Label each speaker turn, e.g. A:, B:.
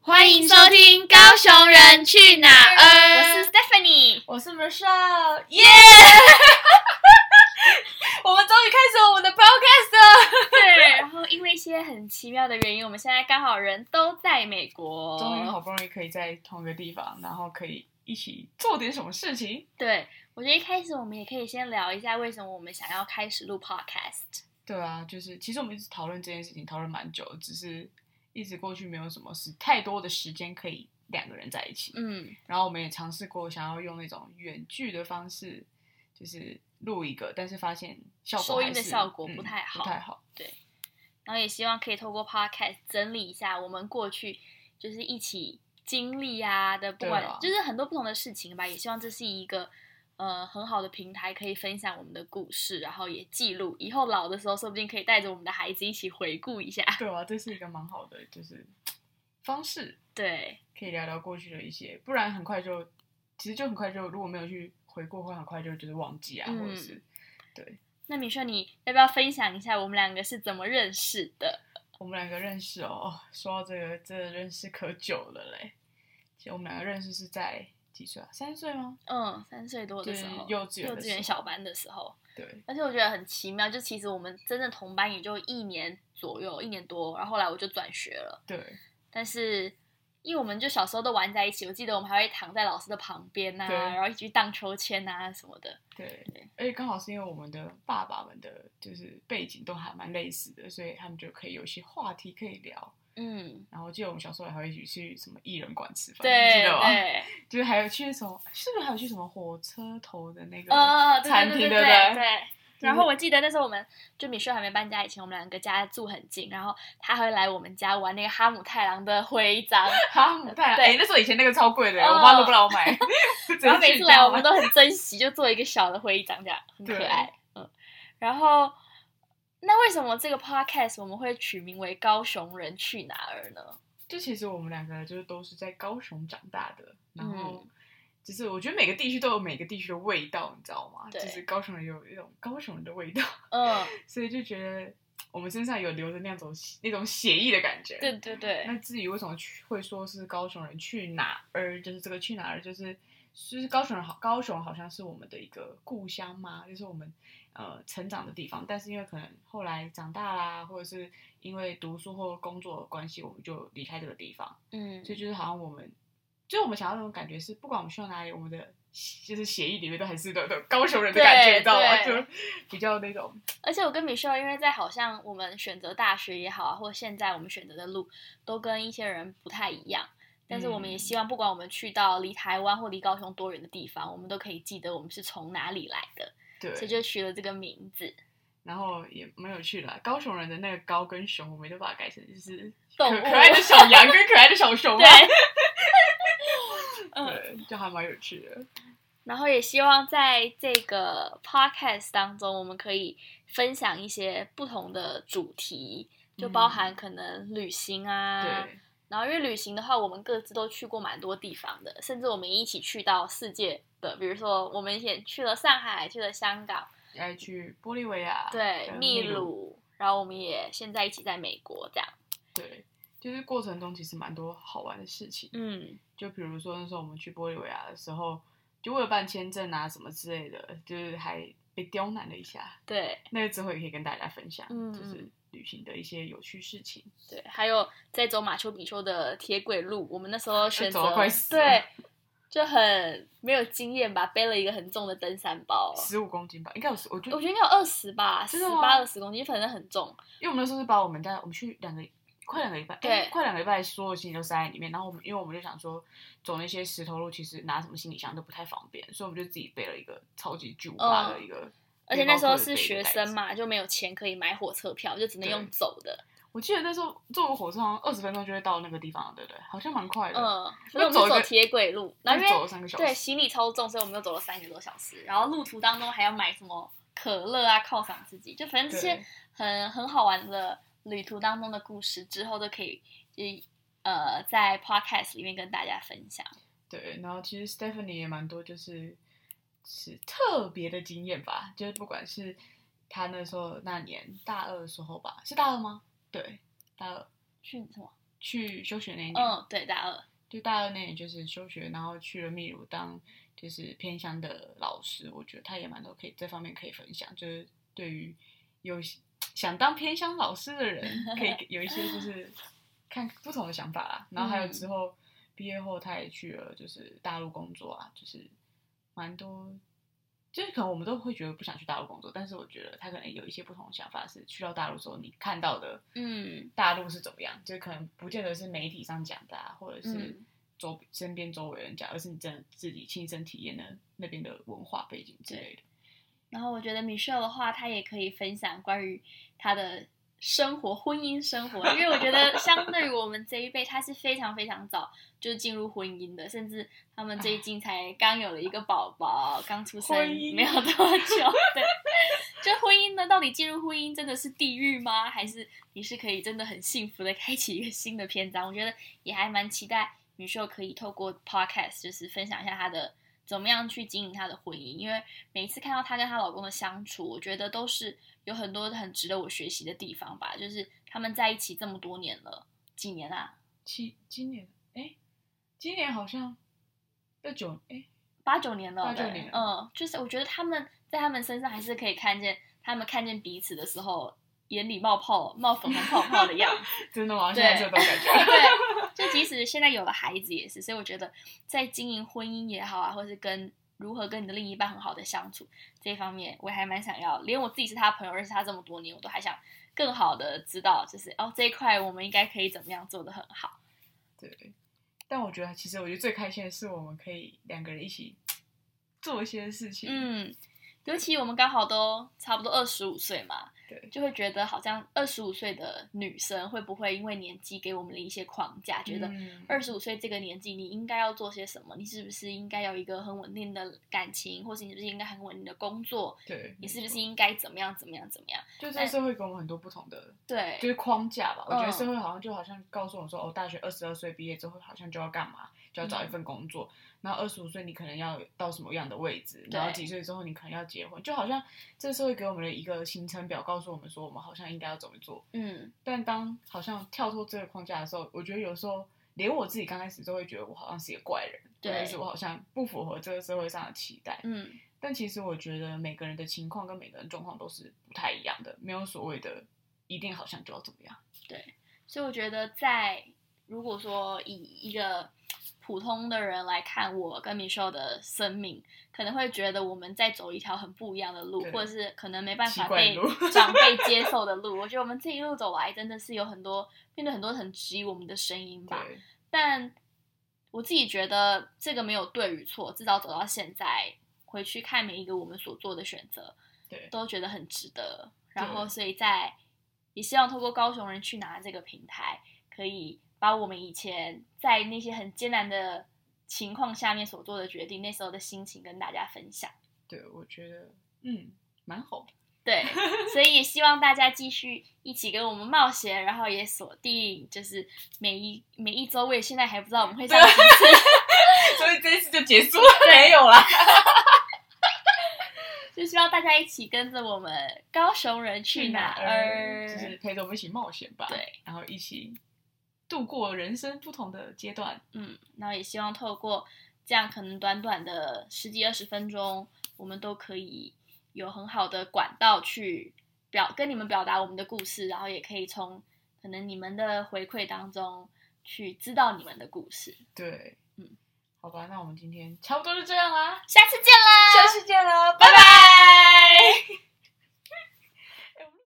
A: 欢迎收听《高雄人去哪儿》。
B: 我是 Stephanie，
C: 我是 Michelle，耶、我们终于开始我们的 podcast 了，
B: 对。然后因为一些很奇妙的原因，我们现在刚好人都在美国。
C: 终于好不容易可以在同一个地方，然后可以一起做点什么事情。
B: 对，我觉得一开始我们也可以先聊一下为什么我们想要开始录 podcast。
C: 对啊，就是其实我们一直讨论这件事情，讨论蛮久的，只是一直过去没有什么时太多的时间可以两个人在一起。
B: 嗯，
C: 然后我们也尝试过想要用那种远距的方式，就是录一个，但是发现效果
B: 收音
C: 还
B: 的
C: 是
B: 效果不
C: 嗯
B: 太好
C: 不太好。
B: 然后也希望可以透过 podcast 整理一下我们过去就是一起经历啊的，不
C: 对
B: 管、
C: 啊
B: 就是很多不同的事情吧。也希望这是一个呃很好的平台，可以分享我们的故事，然后也记录，以后老的时候说不定可以带着我们的孩子一起回顾一下。
C: 对啊，这是一个蛮好的，就是方式。
B: 对，
C: 可以聊聊过去的一些，不然很快就，其实就很快就，如果没有去回顾，会很快就就是忘记啊，
B: 嗯
C: 或者是
B: 那米秀，你要不要分享一下我们两个是怎么认识的？
C: 我们两个认识哦，哦 说到这个，这个认识可久了嘞。其实我们两个认识是在几岁啊？三岁吗？
B: 嗯，三岁多的时候，
C: 就是幼稚园的
B: 幼稚园
C: 时候
B: 小班的时候，
C: 对，
B: 而且我觉得很奇妙，就其实我们真正同班也就一年左右，一年多，然后后来我就转学了，
C: 对，
B: 但是。因为我们就小时候都玩在一起，我记得我们还会躺在老师的旁边呐、
C: 对
B: 然后一起去荡秋千呐、什么的。
C: 对
B: 对，
C: 而且刚好是因为我们的爸爸们的就是背景都还蛮类似的，所以他们就可以有一些话题可以聊。
B: 嗯，
C: 然后我记得我们小时候还会一起去什么艺人馆吃饭，你
B: 对
C: 记得吗？
B: 对，
C: 就是还有去什么，是不是还有去什么火车头的那个
B: 呃，对
C: 餐
B: 对
C: 厅，
B: 对
C: 对不
B: 对
C: 对？
B: 对。然后我记得那时候我们就米秀还没搬家以前，我们两个家住很近，然后他还会来我们家玩那个哈姆太郎的徽章，
C: 哈姆太郎，
B: 对
C: 哎、那时候以前那个超贵的，
B: 哦
C: 我妈都不让我买。
B: 然后每次来我们
C: 都
B: 都很珍惜，就做一个小的徽章，这样很可
C: 对
B: 爱。嗯，然后那为什么这个 podcast 我们会取名为《高雄人去哪儿》呢？
C: 就其实我们两个就是都是在高雄长大的，然后
B: 嗯
C: 就是我觉得每个地区都有每个地区的味道，你知道吗？
B: 对
C: 就是高雄人有一种高雄人的味道，
B: 嗯，
C: 所以就觉得我们身上有留着那种那种写意的感觉。
B: 对对对，
C: 那至于为什么去会说是高雄人去哪儿，就是这个去哪儿，就是就是高雄人好，高雄好像是我们的一个故乡嘛，就是我们呃成长的地方。但是因为可能后来长大啦，或者是因为读书或工作的关系，我们就离开这个地方，
B: 嗯，
C: 所以就是好像我们，就是我们想要那种感觉是，不管我们去到哪里，我们的就是协议里面都还是的的高雄人的感觉，
B: 对
C: 你知道吗？
B: 对
C: 就比较那种
B: 而且我跟米秀，因为在好像我们选择大学也好啊，或现在我们选择的路，都跟一些人不太一样。但是我们也
C: 嗯
B: 希望，不管我们去到离台湾或离高雄多远的地方，我们都可以记得我们是从哪里来的，
C: 对，
B: 所以就取了这个名 字
C: 然后也蛮有趣的啦。高雄人的那个高跟熊，我们都把它改成就是
B: 动
C: 可
B: 物。
C: 可爱的小羊跟可爱的小 熊嘛，啊
B: 对，嗯，
C: 对，就还蛮有趣的。
B: 然后也希望在这个 podcast 当中，我们可以分享一些不同的主题，就包含可能旅行啊，
C: 嗯对，
B: 然后因为旅行的话，我们各自都去过蛮多地方的，甚至我们一起去到世界的，比如说我们也去了上海，去了香港，
C: 要去玻利维亚，
B: 对，
C: 呃
B: 秘
C: 秘
B: 鲁，然后我们也现在一起在美国这样。
C: 对，就是过程中其实蛮多好玩的事情。
B: 嗯，
C: 就比如说那时候我们去玻利维亚的时候，就为了办签证啊什么之类的，就是还被刁难了一下。
B: 对
C: 那个之后也可以跟大家分享，
B: 嗯
C: 就是旅行的一些有趣事情。
B: 对，还有在走马丘比丘的铁轨路，我们那时候选
C: 走
B: 择
C: 得快死了
B: 对。就很没有经验吧，背了一个很重的登山包，
C: 十五公斤吧，应该有十，我觉得
B: 我觉得应该有二十吧，十
C: 真的吗
B: 八二十公斤，反正很重。
C: 因为我们那时候是把我们在我们去两个快两个礼拜，哎
B: 对
C: 诶快两个礼拜所有行李都塞在里面。然后我们因为我们就想说走那些石头路，其实拿什么行李箱都不太方便，所以我们就自己背了一个超级巨无霸的一个。
B: 哦而且那时候是学生，嘛，就没有钱可以买火车票，就只能用
C: 对
B: 走的。
C: 我记得那时候坐个火车好像二十分钟就会到那个地方了，对不对？好像蛮快的。
B: 嗯，所
C: 就
B: 以我们就
C: 走一
B: 走
C: 个
B: 铁轨路，然
C: 那
B: 后
C: 就
B: 因
C: 走
B: 为
C: 了三个小
B: 对
C: 时，
B: 行李超重，所以我们又走了三个多小时，然后路途当中还要买什么可乐啊犒赏自己，就反正这些
C: 对
B: 很很好玩的旅途当中的故事，之后都可以就是呃在 podcast 里面跟大家分享。
C: 对。然后其实 Stephanie 也蛮多，就是是特别的经验吧，就是不管是她那时候那年大二的时候吧，是大二吗？对，大二
B: 去什么？
C: 去休学那一年，
B: 嗯，对，大二，
C: 就大二那年就是休学，然后去了秘鲁当就是偏乡的老师，我觉得他也蛮多可以这方面可以分享，就是对于有想当偏乡老师的人，可以有一些就是看不同的想法啦。然后还有之后毕业后，他也去了就是大陆工作啊，就是蛮多。就是可能我们都会觉得不想去大陆工作，但是我觉得他可能有一些不同的想法，是去到大陆之后你看到的，
B: 嗯，
C: 大陆是怎么样，就可能不见得是媒体上讲的、啊，或者是
B: 嗯
C: 周、身边周围人讲，而是你真的自己亲身体验的那边的文化背景之类的。
B: 然后我觉得 Michelle 的话，她也可以分享关于她的生活、婚姻生活，因为我觉 得相对于我们这一辈，她是非常非常早就进入婚姻的，甚至他们最近才刚有了一个宝宝，刚出生
C: 婚姻
B: 没有多久。对， 就婚姻呢，到底进入婚姻真的是地狱吗？还是你是可以真的很幸福的开启一个新的篇章？我觉得也还蛮期待女秀可以透过 podcast 就是分享一下她的怎么样去经营她的婚姻，因为每一次看到她跟她老公的相处，我觉得都是有很多很值得我学习的地方吧。就是他们在一起这么多年了，几年啊啦、
C: 今今年哎、今年好像要九哎，
B: 八九年了，
C: 八九
B: 对
C: 年了
B: 嗯，就是我觉得他们在他们身上还是可以看见，他们看见彼此的时候，眼里冒泡、冒粉红泡泡的样子。
C: 真的吗？
B: 对
C: 现在这种感觉，
B: 对，就即使现在有了孩子也是，所以我觉得在经营婚姻也好啊，或是跟如何跟你的另一半很好的相处这一方面，我还蛮想要。连我自己是他朋友，认识他这么多年，我都还想更好的知道，就是哦这一块我们应该可以怎么样做的很好。
C: 对。但我觉得其实我觉得最开心的是我们可以两个人一起做一些事情，
B: 嗯，尤其我们刚好都差不多二十五岁嘛，
C: 对
B: 就会觉得好像二十五岁的女生会不会因为年纪给我们的一些框架，觉得
C: 嗯
B: 二十五岁这个年纪，你应该要做些什么？你是不是应该有一个很稳定的感情，或是你是不是应该很稳定的工作？
C: 对，
B: 你是
C: 没
B: 不
C: 错
B: 是哎应该怎么样怎么样怎么样？
C: 就这个社会给我们很多不同的
B: 对
C: 就是框架吧。我觉得
B: 嗯
C: 社会好像就好像告诉我们说，哦，大学二十二岁毕业之后好像就要干嘛，就要找
B: 嗯
C: 一份工作。然后二十五岁你可能要到什么样的位置，然后几岁之后你可能要结婚，就好像这社会给我们的一个行程表，告诉我们说我们好像应该要怎么做。
B: 嗯，
C: 但当好像跳脱这个框架的时候，我觉得有时候连我自己刚开始都会觉得我好像是一个怪人，或
B: 对
C: 者是我好像不符合这个社会上的期待。
B: 嗯，
C: 但其实我觉得每个人的情况跟每个人状况都是不太一样的，没有所谓的一定好像就要怎么样。
B: 所以我觉得在如果说以一个普通的人来看我跟 Michelle 的生命，可能会觉得我们在走一条很不一样的路，
C: 对
B: 或者是可能没办法
C: 奇怪
B: 被
C: 的路
B: 长辈接受的路。我觉得我们这一路走来，真的是有很多面对很多很质疑我们的声音吧。
C: 对，
B: 但我自己觉得这个没有对与错，至少走到现在，回去看每一个我们所做的选择，
C: 对
B: 都觉得很值得。然后，
C: 对
B: 所以在也希望透过高雄人去拿这个平台，可以把我们以前在那些很艰难的情况下面所做的决定，那时候的心情跟大家分享。
C: 对，我觉得嗯，蛮好。
B: 对，所以也希望大家继续一起跟我们冒险，然后也锁定就是每一每一周，我也现在还不知道我们会上几次。
C: 所以这一次就结束了， 没有啦。
B: 就希望大家一起跟着我们高雄人去哪儿。
C: 呃就是陪着我们一起冒险吧。
B: 对，
C: 然后一起度过人生不同的阶段。
B: 嗯，然后也希望透过这样可能短短的十几二十分钟，我们都可以有很好的管道去表跟你们表达我们的故事，然后也可以从可能你们的回馈当中去知道你们的故事。
C: 对，啊
B: 嗯，
C: 好吧，那我们今天差不多就这样啦，
B: 下次见啦！
C: 下次见啦，